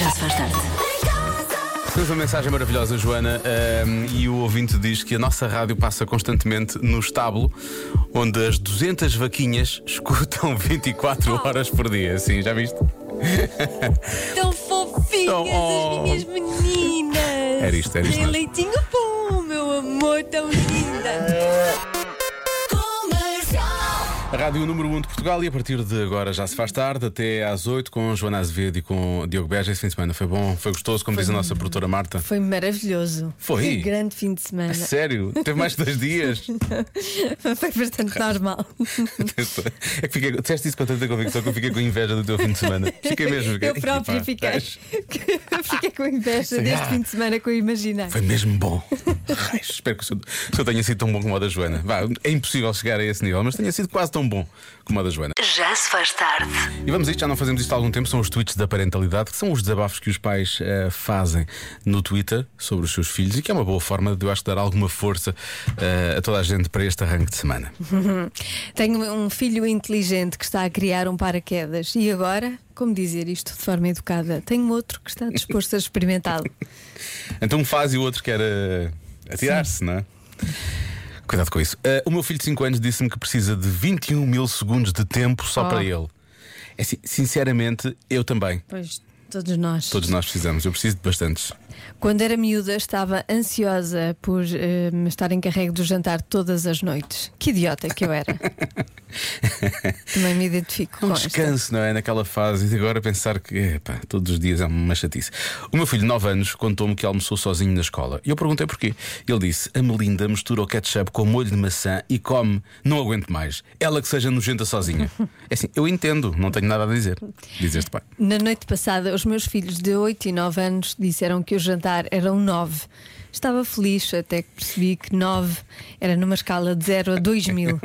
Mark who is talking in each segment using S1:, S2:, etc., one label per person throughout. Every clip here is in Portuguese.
S1: Já se faz tarde.
S2: Temos uma mensagem maravilhosa, Joana, ahm, e o ouvinte diz que a nossa rádio passa constantemente no estábulo, onde as 200 vaquinhas escutam 24 horas por dia. Sim, já viste?
S3: Tão fofinhas
S2: Tão- oh.
S3: as minhas meninas.
S2: Era isto, era isto
S3: Tem
S2: mesmo.
S3: leitinho bom, meu amor, tão linda.
S2: A Rádio número 1 de Portugal e a partir de agora já se faz tarde, até às 8 com Joana Azevedo e com Diogo Beja. Esse fim de semana foi bom, foi gostoso, como diz a nossa produtora Marta.
S3: Foi maravilhoso.
S2: Foi?
S3: Que grande fim de semana.
S2: Sério? Teve mais de dois dias?
S3: Foi bastante normal.
S2: É que fiquei, disseste isso com tanta convicção que eu fiquei com inveja do teu fim de semana. Fiquei mesmo. fiquei,
S3: Eu própria
S2: "Epá,
S3: fiquei,
S2: estás-
S3: fiquei com inveja
S2: Sei
S3: deste
S2: lá.
S3: fim de semana que eu imaginei.
S2: Foi mesmo bom. Raios, espero que o seu, o seu tenha sido tão bom como o da Joana. Vá, é impossível chegar a esse nível, mas tenha sido quase tão bom como o da Joana.
S1: Já se faz tarde.
S2: E vamos a isto, já não fazemos isto há algum tempo, são os tweets da parentalidade, que são os desabafos que os pais eh, fazem no Twitter sobre os seus filhos e que é uma boa forma de eu acho dar alguma força eh, a toda a gente para este arranque de semana.
S3: Tenho um filho inteligente que está a criar um paraquedas. E agora, como dizer isto de forma educada? Tenho outro que está disposto a experimentá-lo.
S2: Então um faz e o outro quer eh, atirar-se, não é? Cuidado com isso. Eh, o meu filho de 5 anos disse-me que precisa de 21 mil segundos de tempo só
S3: Oh.
S2: para ele. É assim, sinceramente, eu também.
S3: Pois, todos nós.
S2: Todos nós precisamos, eu preciso de bastantes.
S3: Quando era miúda, estava ansiosa por eh, me estar encarregue do jantar todas as noites. Que idiota que eu era. Também me identifico
S2: É um
S3: com esta.
S2: descanso, não é? Naquela fase, e agora pensar que epá, todos os dias é uma chatice. O meu filho de 9 anos contou-me que almoçou sozinho na escola. E eu perguntei porquê. Ele disse: A Melinda mistura o ketchup com molho de maçã e come, não aguento mais. Ela que seja nojenta sozinha. é assim, eu entendo, não tenho nada a dizer. Diz este pai.
S3: Na noite passada, os meus filhos de 8 e 9 anos disseram que o jantar eram 9. Estava feliz até que percebi que 9 era numa escala de 0 a 2 mil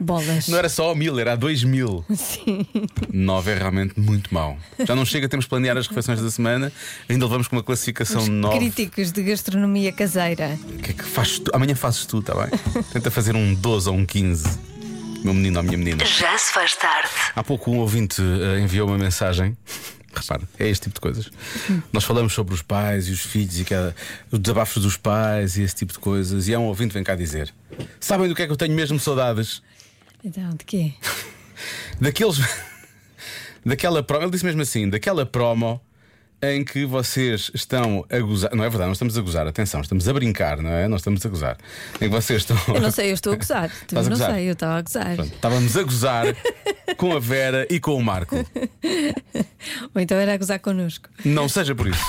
S3: bolas.
S2: Não era só mil, era a 2 mil.
S3: Sim.
S2: 9 é realmente muito mau. Já não chega, temos de planear as refeições da semana, ainda levamos com uma classificação 9.
S3: Críticos de gastronomia caseira.
S2: O que é que fazes tu? Amanhã fazes tu, tá bem? Tenta fazer um 12 ou um 15. Meu menino ou minha menina.
S1: Já se faz tarde.
S2: Há pouco um ouvinte eh, enviou uma mensagem. Repara, é este tipo de coisas. Nós falamos sobre os pais e os filhos e cada, os desabafos dos pais e esse tipo de coisas. E há um ouvinte que vem cá dizer: Sabem do que é que eu tenho mesmo saudades?
S3: Então, de quê?
S2: Daqueles. daquela promo. Ele disse mesmo assim: daquela promo em que vocês estão a gozar. Não é verdade, não estamos a gozar, atenção, estamos a brincar, não é? Nós estamos a gozar. Em que vocês estão.
S3: Eu não sei, eu estou a gozar. Tu
S2: Estás a
S3: não
S2: gozar?
S3: sei, eu estava a gozar.
S2: Pronto, estávamos a gozar com a Vera e com o Marco.
S3: Ou então era a gozar connosco.
S2: Não seja por isso.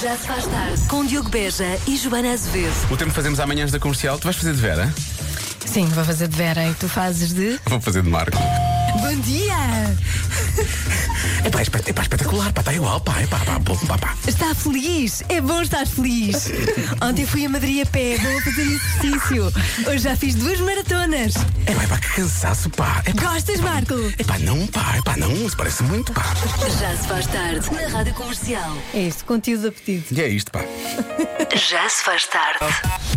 S1: Já se faz tarde. Com Diogo Beja e Joana Azevedo.
S2: O tempo que fazemos amanhã da comercial, tu vais fazer de Vera?
S3: Sim, vou fazer de Vera e tu fazes de.
S2: Vou fazer de Marco.
S3: Bom dia!
S2: É pá, espetacular, pá, está igual, pá, é pá, pá, pá, pá.
S3: Está feliz? É bom estar feliz. Ontem fui a Madrid a pé, vou fazer exercício. Hoje já fiz duas maratonas.
S2: É pá, que cansaço, pá.
S3: Gostas, Marco?
S2: É pá, não, pá, é pá, não, isso parece muito, pá.
S1: Já se faz tarde. Na rádio comercial.
S3: É isto, conteúdo a pedido.
S2: E é isto, pá.
S1: Já se faz tarde.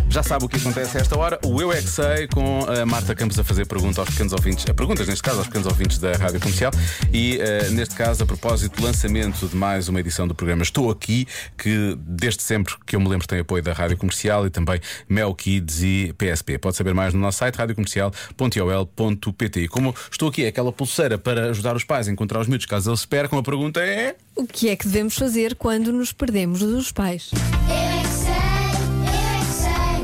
S2: Já sabe o que acontece a esta hora, o Eu É Que Sei, com a Marta Campos a fazer pergunta aos pequenos ouvintes, a perguntas, neste caso, aos pequenos ouvintes da Rádio Comercial, e eh, neste caso, a propósito, lançamento de mais uma edição do programa Estou Aqui, que desde sempre que eu me lembro tem apoio da Rádio Comercial e também Mel Kids e PSP. Pode saber mais no nosso site, radiocomercial.ol.pt. E como estou aqui, é aquela pulseira para ajudar os pais a encontrar os miúdos, caso eles se percam, a pergunta é...
S3: O que é que devemos fazer quando nos perdemos dos pais?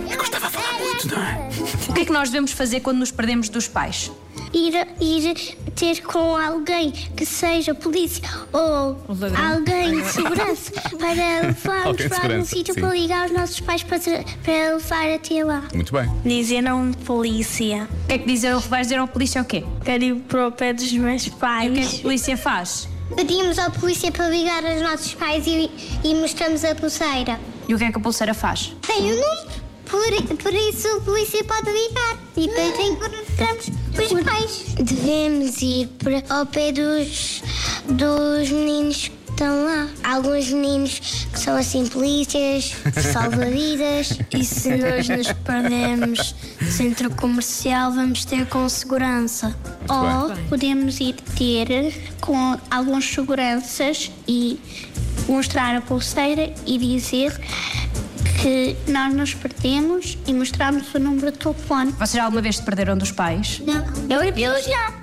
S2: É Eu estava a falar muito, não é?
S4: O que é que nós devemos fazer quando nos perdemos dos pais?
S5: Ir, ir ter com alguém que seja polícia ou
S3: Um ladrão.
S5: alguém de segurança para
S2: Alguém
S5: levarmos
S2: de
S5: para algum
S2: segurança,
S5: sítio
S2: sim.
S5: para ligar os nossos pais para, tra- para levar até lá.
S2: Muito bem.
S6: Dizer não de polícia.
S4: O que é que dizer, vais dizer ao polícia o quê?
S6: Quero ir para o pé dos meus
S4: E o que é
S6: pais.
S4: que a polícia faz?
S5: Pedimos à polícia para ligar aos nossos pais e, e mostramos a pulseira.
S4: E o que é que a pulseira faz?
S5: Tem o número, por, por isso a polícia pode ligar. Tipo, E depois encontramos os pais. Devemos ir para, ao pé dos, dos meninos que estão lá. Alguns meninos que são assim polícias, salva-vidas.
S6: E se nós nos perdemos no centro comercial, vamos ter com segurança.
S2: Ou
S6: podemos ir ter com alguns seguranças e mostrar a pulseira e dizer que nós nos perdemos e mostrarmos o número de telefone.
S4: Vocês já alguma vez se perderam dos pais?
S5: Não.
S6: Eu, eu já.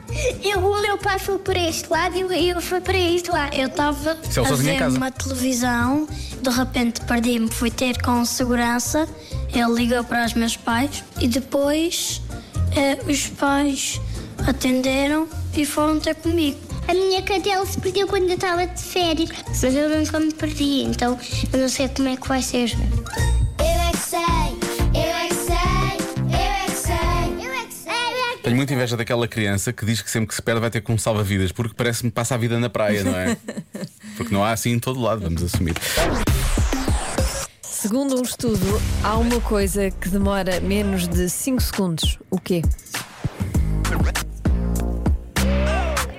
S5: Eu, o meu pai foi para este lado e eu, eu fui para este lado.
S6: Eu estava
S2: Isso é o
S6: a
S2: sozinho em
S6: ver
S2: casa.
S6: uma televisão, de repente perdi-me, fui ter com segurança, ele ligou para os meus pais e depois eh, os pais atenderam e foram ter comigo.
S5: A minha cadela se perdeu quando eu estava de férias, mas eu nunca me perdi, então eu não sei como é que vai ser. Eu é que sei, eu é que sei, eu é que sei, eu é que sei, eu é que
S2: Tenho muita inveja daquela criança que diz que sempre que se perde vai ter com um salva-vidas, porque parece-me que passa a vida na praia, não é? Porque não há assim em todo lado, vamos assumir.
S3: Segundo um estudo, há uma coisa que demora menos de 5 segundos. O quê?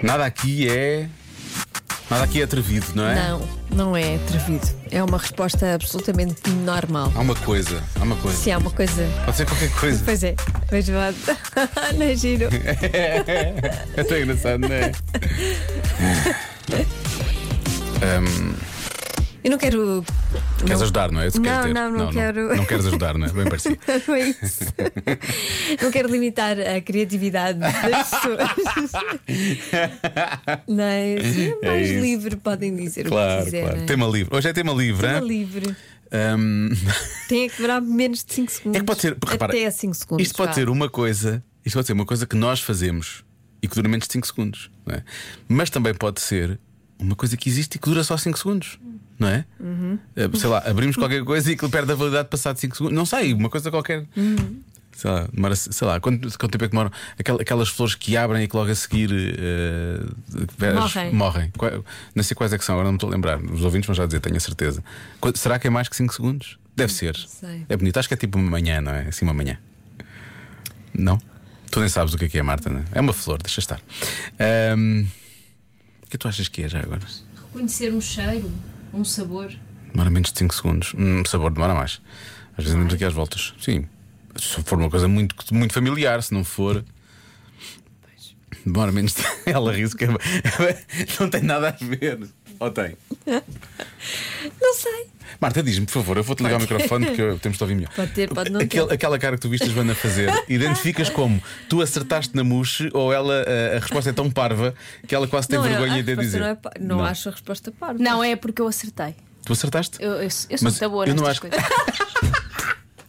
S2: Nada aqui é. Nada aqui é atrevido, não é?
S3: Não, não é atrevido. É uma resposta absolutamente normal.
S2: Há uma coisa, há uma coisa.
S3: Se há uma coisa.
S2: Pode ser qualquer coisa.
S3: Pois é, pois vá. Não é giro.
S2: É tão engraçado, não é? Ahm,
S3: Eu não quero.
S2: queres ajudar, não é? Isso que
S3: Não,
S2: queres dizer.
S3: não, não
S2: Não,
S3: quero.
S2: queres ajudar, não é? Bem parecido.
S3: Não é isso. Não quero limitar a criatividade das pessoas. Não é? É mais
S2: isso.
S3: livre, podem dizer o que
S2: Claro,
S3: quiserem.
S2: claro. Tema livre. Hoje é Hum, tema livre,
S3: Tema
S2: hein?
S3: livre.
S2: Ahm,
S3: Tem é que durar menos de 5 segundos.
S2: É que pode ser, porque, repara,
S3: Até 5 segundos.
S2: Isto pode
S3: vá.
S2: ser uma coisa, isto pode ser uma coisa que nós fazemos e que dura menos de 5 segundos, não é? Mas também pode ser uma coisa que existe e que dura só 5 segundos, não é?
S3: Uhum.
S2: Eh, Sei lá, abrimos qualquer coisa e aquilo perde a validade passado 5 segundos. Não sei, uma coisa qualquer.
S3: Uhum.
S2: Sei lá, demora, sei lá quanto, quanto tempo é que demoram? Aquel- Aquelas flores que abrem e que logo a seguir eh, eh,
S3: Morrem.
S2: morrem. Qua- Não sei quais é que são, agora não me estou a lembrar. Os ouvintes vão já dizer, tenho a certeza. Qu- Será que é mais que 5 segundos? Deve ser.
S3: sei.
S2: É bonito, acho que é tipo uma manhã, não é? Assim uma manhã. Não? Tu nem sabes o que é que é, Marta, não é? É uma flor, deixa estar. Ahm, o que tu achas que é já agora?
S4: Reconhecer um cheiro, um sabor.
S2: Demora menos de 5 segundos. Hum, sabor demora mais. Às vezes andamos aqui às voltas. Sim. Se for uma coisa muito, muito familiar, se não for. Demora menos. De... Ela ri que é... não tem nada a ver. Ou tem?
S3: Não sei.
S2: Marta, diz-me, por favor, eu vou-te ligar o microfone porque eu- temos de ouvir melhor.
S3: Pode ter, pode não ter.
S2: Aquele- Aquela cara que tu viste a Joana fazer, identificas como tu acertaste na mousse ou ela a, a resposta é tão parva que ela quase tem
S3: não,
S2: vergonha
S3: a
S2: de
S3: resposta
S2: dizer.
S3: Não, é pa- não acho a resposta parva.
S4: Não, é porque eu acertei.
S2: Tu acertaste?
S4: Eu, eu, eu sou
S2: Mas
S4: muito boa
S2: eu não acho-
S4: nestas coisas.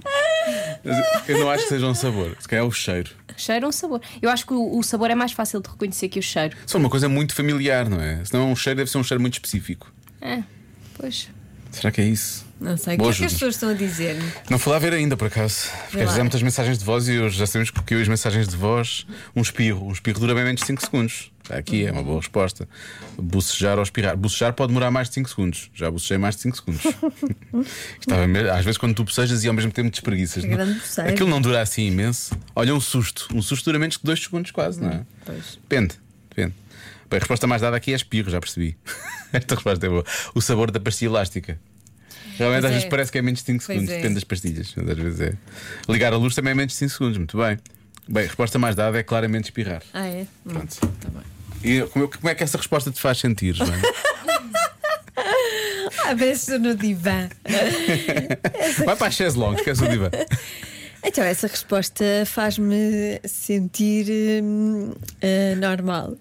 S2: Mas Eu não acho que seja um sabor, se calhar é o cheiro.
S4: Cheiro, um sabor. Eu acho que o, o sabor é mais fácil de reconhecer que o cheiro.
S2: Só uma coisa muito familiar, não é? Se não é um cheiro, deve ser um cheiro muito específico.
S4: É, pois.
S2: Será que é isso?
S3: Não sei. O que
S2: Boa
S3: é que as
S2: ajuda.
S3: pessoas estão a dizer?
S2: Não fui lá ver ainda, por acaso. Porque às
S3: Vê
S2: vezes
S3: lá.
S2: há muitas mensagens de voz e hoje já sabemos que porque eu e as mensagens de voz, um espirro. Um espirro dura bem menos de 5 segundos. Está Aqui é uma boa resposta. Bucejar ou espirrar. Bucejar pode demorar mais de 5 segundos. Já bucejei mais de 5 segundos. Estava mesmo- às vezes quando tu bocejas e ao mesmo tempo te espreguiças. não- é?
S3: Grande bocejo.
S2: Aquilo não dura assim imenso. Olha, um susto. Um susto dura menos que 2 segundos, quase, não é?
S3: Hum, Pois.
S2: Depende, depende. Bem, a resposta mais dada aqui é espirro, já percebi. Esta resposta é boa. O sabor da pastilha elástica. Realmente
S3: Pois
S2: às vezes
S3: é.
S2: parece que é menos de 5
S3: Pois
S2: segundos,
S3: é.
S2: depende das pastilhas, mas às vezes é. Ligar a luz também é menos de 5 segundos, muito bem. Bem, a resposta mais dada é claramente espirrar.
S3: Ah, é? Hum,
S2: Pronto. E como, é- como é que essa resposta te faz sentir, Joana?
S3: Ah, parece no divã.
S2: Vai para a chaise longa, esquece o divã.
S3: Então, essa resposta faz-me sentir hum, ah, normal.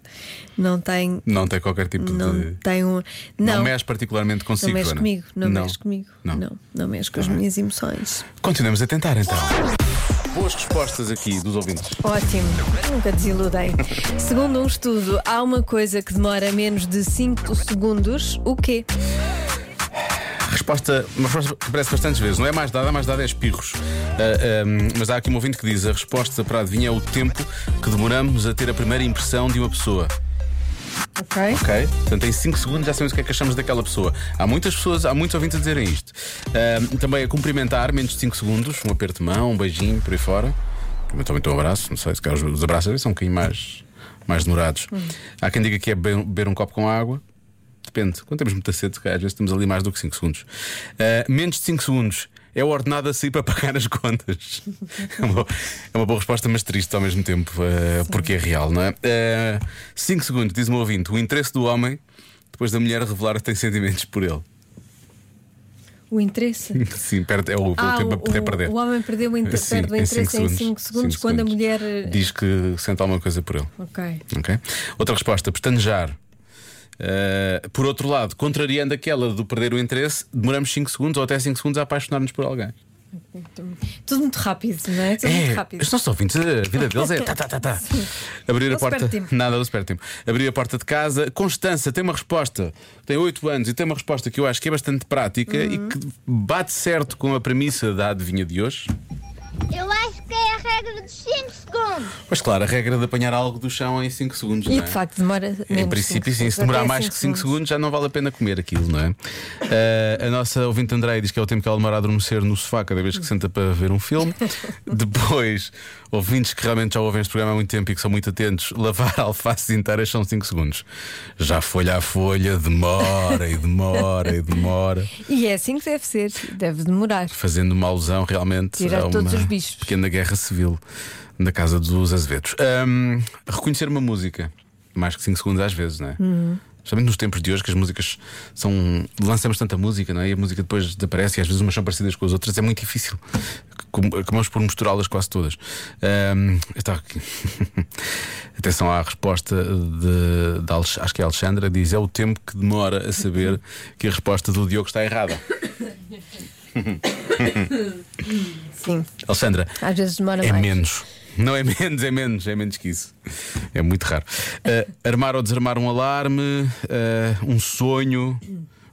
S3: Não tem.
S2: Não tem qualquer tipo
S3: Não
S2: de.
S3: tem um.
S2: Não,
S3: Não,
S2: mexe particularmente
S3: não
S2: consigo,
S3: mexe
S2: Joana.
S3: comigo. Não, mexe comigo.
S2: Não. Uhum.
S3: não, não mexe com as minhas emoções.
S2: Continuamos a tentar então. Boas respostas aqui dos ouvintes.
S3: Ótimo, nunca desiludem. Segundo um estudo, há uma coisa que demora menos de 5 segundos. O quê?
S2: Resposta, uma resposta que aparece bastantes vezes. Não é mais dada, a mais dada é espirros. Ah, ahm, mas há aqui um ouvinte que diz: a resposta para adivinhar é o tempo que demoramos a ter a primeira impressão de uma pessoa.
S3: Ok.
S2: Ok? Portanto, em 5 segundos já sabemos o que é que achamos daquela pessoa. Há muitas pessoas, há muitos ouvintes a dizerem isto. Ahm, também a cumprimentar, menos de 5 segundos, um aperto de mão, um beijinho, por aí fora. Eventualmente um abraço, não sei, se calhar os- os abraços às vezes são um bocadinho mais, mais demorados. Há quem diga que é beber, beber um copo com água. Depende. Quando temos muita sede, se calhar, às vezes estamos ali mais do que 5 segundos. Ah, menos de 5 segundos. É o ordenado a sair para pagar as contas. É uma, é uma boa resposta, mas triste ao mesmo tempo, ah, porque é real, não é? 5 segundos, diz-me ouvinte, o interesse do homem depois da mulher revelar que tem sentimentos por ele.
S3: O interesse.
S2: Sim, perde, é o,
S3: Ah,
S2: o tempo a poder
S3: o-
S2: perder.
S3: o homem perdeu o inter-
S2: Sim,
S3: perde o
S2: em
S3: interesse
S2: cinco
S3: em cinco segundos,
S2: Cinco
S3: quando a
S2: segundos.
S3: mulher, eh,
S2: diz que sente alguma coisa por ele.
S3: Ok.
S2: Ok? Outra resposta, pestanejar. Uh, por outro lado, contrariando aquela do perder o interesse, demoramos 5 segundos ou até 5 segundos a apaixonar-nos por alguém.
S3: Tudo muito rápido, não é? Tudo muito rápido.
S2: Os nossos ouvintes, a vida deles é. Tá, tá, tá, tá. Abrir
S3: Não
S2: a
S3: se
S2: porta.
S3: perde tempo.
S2: Nada, não se perde tempo. Abrir a porta de casa. Constança tem uma resposta, tem 8 anos e tem uma resposta que eu acho que é bastante prática
S3: Uhum.
S2: e que bate certo com a premissa da adivinha de hoje.
S5: Eu acho que é a regra dos 5 segundos.
S2: Mas claro, a regra de apanhar algo do chão em 5 segundos.
S3: E
S2: não é?
S3: de facto demora. É
S2: Em princípio, sim, se demorar mais que 5 segundos já não vale a pena comer aquilo, não é? Ah, a nossa ouvinte Andrei diz que é o tempo que ela demora a adormecer no sofá cada vez que senta para ver um filme. Depois, ouvintes que realmente já ouvem este programa há muito tempo e que são muito atentos, lavar alfaces inteiras são 5 segundos. Já folha a folha, demora e demora e demora.
S3: E é assim que deve ser, deve demorar.
S2: Fazendo uma alusão realmente
S3: Tirar
S2: a uma
S3: todos os bichos.
S2: pequena guerra civil na casa dos Azevedos. Ahm, reconhecer uma música, mais que 5 segundos às vezes, não é?
S3: Uhum.
S2: Principalmente nos tempos de hoje, que as músicas são. lançamos tanta música, não é? E a música depois desaparece e às vezes umas são parecidas com as outras, é muito difícil. Como- Acabamos por misturá-las quase todas. Ahm, eu estava aqui. Atenção à resposta de, de Alex- acho que é a Alexandra, diz: é o tempo que demora a saber que a resposta do Diogo está errada.
S3: Sim,
S2: Alexandra,
S3: às vezes demora
S2: é
S3: mais.
S2: menos. Não é menos, é menos, é menos que isso. É muito raro. Ah, armar ou desarmar um alarme, ah, um sonho.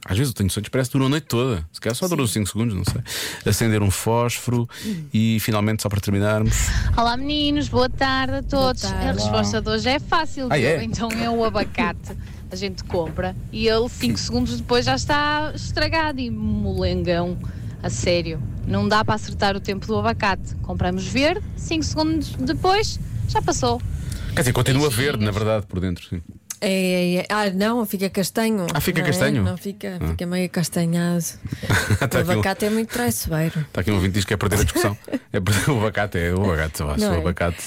S2: Às vezes eu tenho sonhos, que parece que duram a noite toda. Se calhar só duram 5 segundos, não sei. Acender um fósforo e finalmente, só para terminarmos.
S7: Olá meninos, boa tarde a todos. A resposta de hoje é fácil,
S2: Ah, é?
S7: Diogo. então é o abacate. A gente compra e ele 5 segundos depois já está estragado e molengão. A sério, não dá para acertar o tempo do abacate. Compramos verde, 5 segundos depois já passou.
S2: Quer dizer, continua verde, na verdade, por dentro. Sim.
S3: É, é, é. Ah, não, fica castanho.
S2: Ah, fica
S3: não é?
S2: castanho? Ah.
S3: Não, fica, fica meio acastanhado. o
S2: Está aqui, um,
S3: abacate é muito traiçoeiro.
S2: está aqui um ouvinte que diz que é perder a discussão. É perder o abacate, é o abacate. vá, se
S3: Não
S2: o
S3: é?
S2: abacate.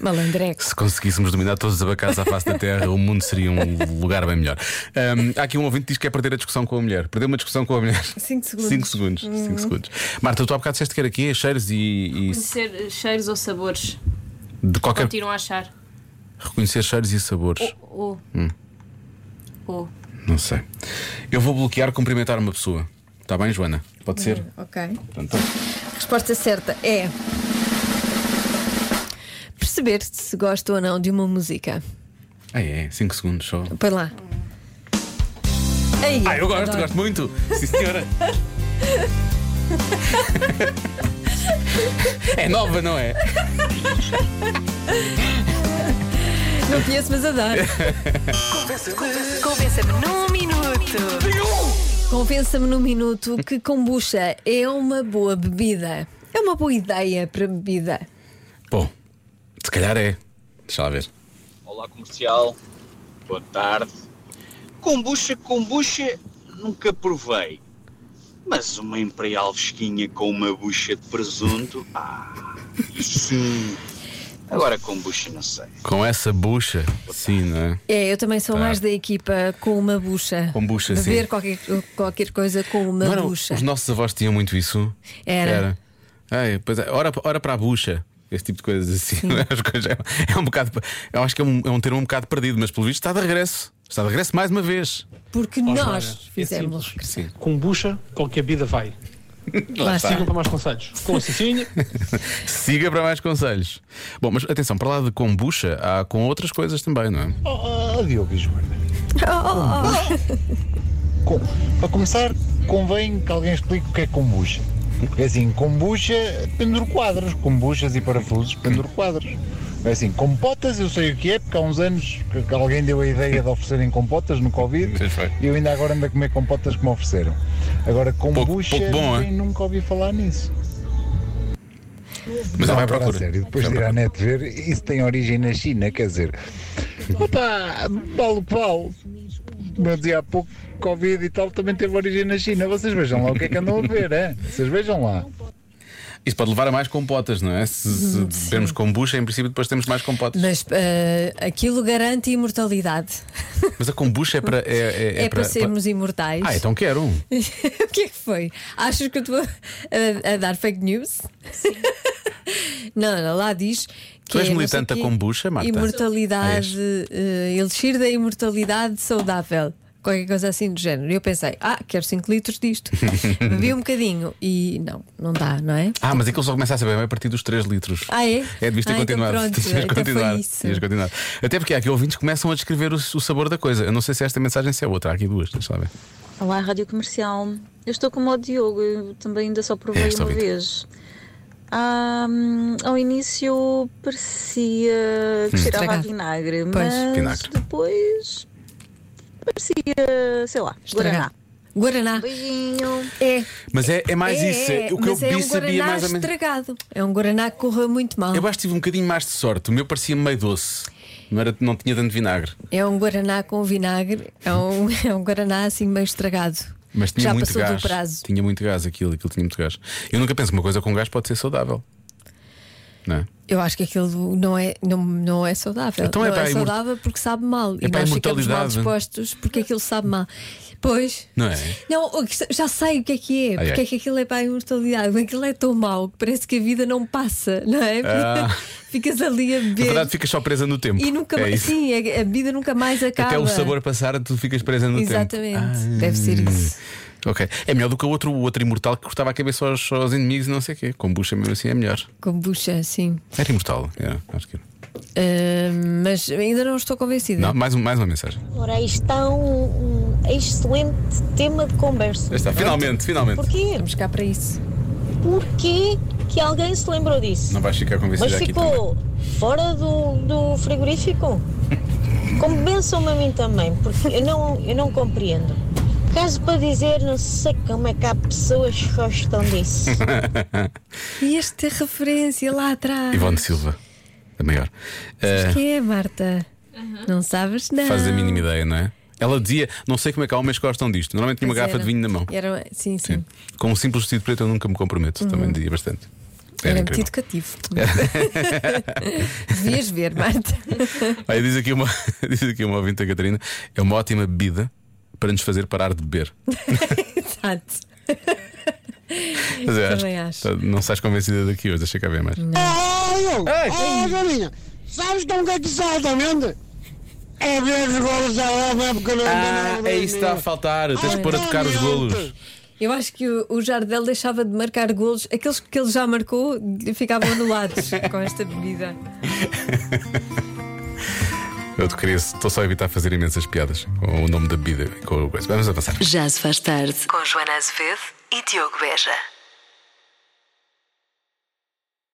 S3: Malandreco.
S2: Se conseguíssemos dominar todos os abacates à face da terra, o mundo seria um lugar bem melhor. Ahm, há aqui um ouvinte que diz que é perder a discussão com a mulher. Perder uma discussão com a mulher.
S3: Cinco segundos. Uhum.
S2: 5 segundos. cinco segundos. Marta, tu há bocado disseste que era aqui, é cheiros e. e
S4: Conhecer eh, cheiros ou sabores.
S2: de qualquer.
S4: Continuam a achar.
S2: Reconhecer cheiros e sabores.
S4: Ou.
S2: Hum.
S4: Ou.
S2: Não sei. Eu vou bloquear cumprimentar uma pessoa. Está bem, Joana? Pode
S3: Uhum.
S2: ser?
S3: Ok.
S2: Pronto. então.
S3: Resposta certa é. Perceber se gosto ou não de uma música.
S2: Ah, é, 5 segundos só.
S3: Põe lá. Aí,
S2: Ah, eu gosto,
S3: adoro.
S2: gosto muito. Sim, senhora. É nova, não é?
S3: Não conheço, mas adoro.
S1: Convença-me num minuto.
S3: Convença-me num minuto que kombucha é uma boa bebida. É uma boa ideia para bebida.
S2: Bom, se calhar é. Deixa lá ver.
S8: Olá comercial, boa tarde. Kombucha, kombucha, nunca provei. Mas uma imperial fresquinha com uma bucha de presunto, ah, sim. Agora kombucha não sei.
S2: Com essa bucha, sim, não é?
S3: É, eu também sou mais da equipa com uma bucha.
S2: Com bucha, sim.
S3: Beber qualquer, qualquer coisa com uma
S2: Não eram-
S3: bucha.
S2: os nossos avós tinham muito isso.
S3: Era.
S2: Ai, pois é, ora, ora para a bucha. Esse tipo de coisas assim. As coisas- é, um bocado. Eu acho que é um, é um termo um bocado perdido, mas pelo visto está de regresso. Está de regresso mais uma vez.
S3: Porque nós fizemos.
S2: Sim.
S9: É Com bucha, qualquer vida vai.
S3: Lá
S10: Tá.
S2: está.
S3: está.
S9: Sigam para mais conselhos. Com assassino,
S2: Siga para mais conselhos. Bom, mas atenção, para lá de kombucha, há com outras coisas também, não é?
S10: Oh, Diogo e Joana. Com- para começar, convém que alguém explique o que é kombucha. É assim, kombucha, penduro quadros, kombuchas e parafusos, penduro quadros. É assim, compotas eu sei o que é, porque há uns anos que que alguém deu a ideia de oferecerem compotas no Covid
S2: Pois foi.
S10: e eu ainda agora ando a comer compotas que me ofereceram. Agora, kombucha,
S2: pouco bom,
S10: ninguém
S2: é?
S10: nunca ouvi falar nisso.
S2: Mas ela vai à
S10: agora a
S2: procura.
S10: Sério, depois de ir à net ver, isso tem origem na China, quer dizer. Opa, Paulo Paulo, como eu dizia há pouco, Covid e tal também teve origem na China. Vocês vejam lá o que é que andam a ver, é? Vocês vejam lá.
S2: Isso pode levar a mais compotas, não é? Se, se
S3: Hum,
S2: bebermos kombucha, em princípio depois temos mais compotas.
S3: Mas eh, aquilo garante imortalidade.
S2: Mas a kombucha é para. É, é,
S3: É, para, sermos imortais.
S2: Ah, então quero.
S3: o que é que foi? Achas que eu estou a, a dar fake news? não, não, lá diz. Que
S2: Tu és
S3: é, não sei
S2: militante da
S3: quê,
S2: kombucha, Marta? Ah, és.
S3: Imortalidade, eh, elixir da imortalidade saudável. Qualquer coisa assim do género. E eu pensei, ah, quero 5 litros disto. Bebi um bocadinho e não, não dá, não é?
S2: Ah, mas aquilo só começa a saber bem a partir dos 3 litros.
S3: Ah, é?
S2: É, devias ter
S3: Ah, então
S2: continuado.
S3: pronto,
S2: Devias
S3: então foi
S2: continuar.
S3: isso.
S2: Devias continuar. Até porque há aqui ouvintes que começam a descrever o, o sabor da coisa. Eu não sei se esta mensagem se é outra. Há aqui duas, deixa lá ver.
S11: Olá, Rádio Comercial. Eu estou como o Diogo, eu também ainda só provei
S2: É, estou
S11: uma
S2: ouvindo.
S11: vez. Ah, hum, ao início parecia que
S2: Hum.
S11: cheirava a
S2: Estragado.
S11: vinagre,
S2: Pois.
S11: mas
S2: Vinagre.
S11: depois parecia, sei lá, guaraná.
S3: Guaraná.
S11: Um Beijinho.
S3: É.
S2: Mas é, é mais
S3: é,
S2: isso.
S3: É,
S2: É, o que eu
S3: mas é
S2: vi
S3: um
S2: sabia
S3: guaraná
S2: mais ou menos.
S3: estragado. É um guaraná que correu muito mal.
S2: Eu acho que tive um bocadinho mais de sorte. O meu parecia meio doce. Não, era, não tinha tanto vinagre.
S3: É um guaraná com vinagre, é um, é um guaraná assim meio estragado.
S2: Mas tinha
S3: Já
S2: muito
S3: passou
S2: gás.
S3: do prazo.
S2: Tinha muito gás aquilo, aquilo tinha muito gás. Eu nunca penso que uma coisa com gás pode ser saudável. Não é?
S3: Eu acho que aquilo não é, não, não é saudável.
S2: Então é
S3: não
S2: para
S3: é,
S2: a imor-
S3: saudável porque sabe mal.
S2: É
S3: e
S2: para a
S3: nós ficamos mal
S2: imortalidade.
S3: dispostos porque aquilo sabe mal. Pois.
S2: Não é?
S3: Não, o que- já sei o que é que é,
S2: Ai,
S3: porque
S2: ai.
S3: é que aquilo é para a imortalidade. Aquilo é tão mau que parece que a vida não passa, não é?
S2: Ah.
S3: Ficas ali a
S2: Na
S3: beber
S2: verdade, ficas só presa no tempo.
S3: e nunca
S2: é
S3: mais.
S2: isso.
S3: Sim, a, a vida nunca mais acaba.
S2: Até o sabor passar, tu ficas presa no tempo. Ah, hum.
S3: Exatamente. Deve ser isso.
S2: Ok. É melhor do que o outro, o outro imortal que cortava a cabeça aos, aos inimigos e não sei o quê. Kombucha mesmo assim é melhor.
S3: Kombucha, sim.
S2: Era imortal. é, acho que era.
S3: Ah, mas ainda não estou convencida.
S2: Não, mais, um- mais uma mensagem.
S12: Ora, aí está um, um excelente tema de conversa.
S2: Aí está, finalmente, finalmente.
S12: Porquê?
S3: Vamos cá para isso.
S12: Porquê que alguém se lembrou disso?
S2: Não vais ficar
S12: Mas
S2: convencida aqui também.
S12: ficou fora do, do frigorífico? Compensam-me a mim também, porque eu não, eu não compreendo. Caso para dizer, não sei como é que há pessoas que gostam disso.
S3: E esta referência lá atrás.
S2: Ivone Silva, a maior.
S3: Sabes
S2: Ah,
S3: quem é, Marta? Não sabes, não.
S2: Fazes a mínima ideia, não é? Ela dizia, não sei como é que há homens que gostam disto. Normalmente tinha uma
S3: Pois
S2: garrafa
S3: era.
S2: de vinho na mão.
S3: Era, sim, sim.
S2: Sim. Com um simples vestido preto eu nunca me comprometo. Também dizia bastante. Era,
S3: Uhum. Era, muito
S2: incrível.
S3: educativo. Devias ver, Marta.
S2: Olha, diz aqui uma, diz aqui uma ouvinte, a Catarina, é uma ótima bebida para nos fazer parar de beber.
S3: Exato.
S2: Mas eu
S3: Também acho.
S2: Não estás convencida daqui hoje, deixa cá ver mais.
S13: Olha, olha, Joaninha, sabes com o que é que salta a mente? É ver os golos da Europa, é porque não
S2: Ah, é isso que está a faltar. Tens de pôr a tocar os golos.
S3: Eu acho que o, o Jardel deixava de marcar golos, aqueles que ele já marcou ficavam anulados com esta bebida.
S2: Eu te queria, estou só a evitar fazer imensas piadas com o nome da bebida. e Com a coisa. Vamos avançar.
S1: Já se faz tarde com Joana Azevedo e Diogo Beja.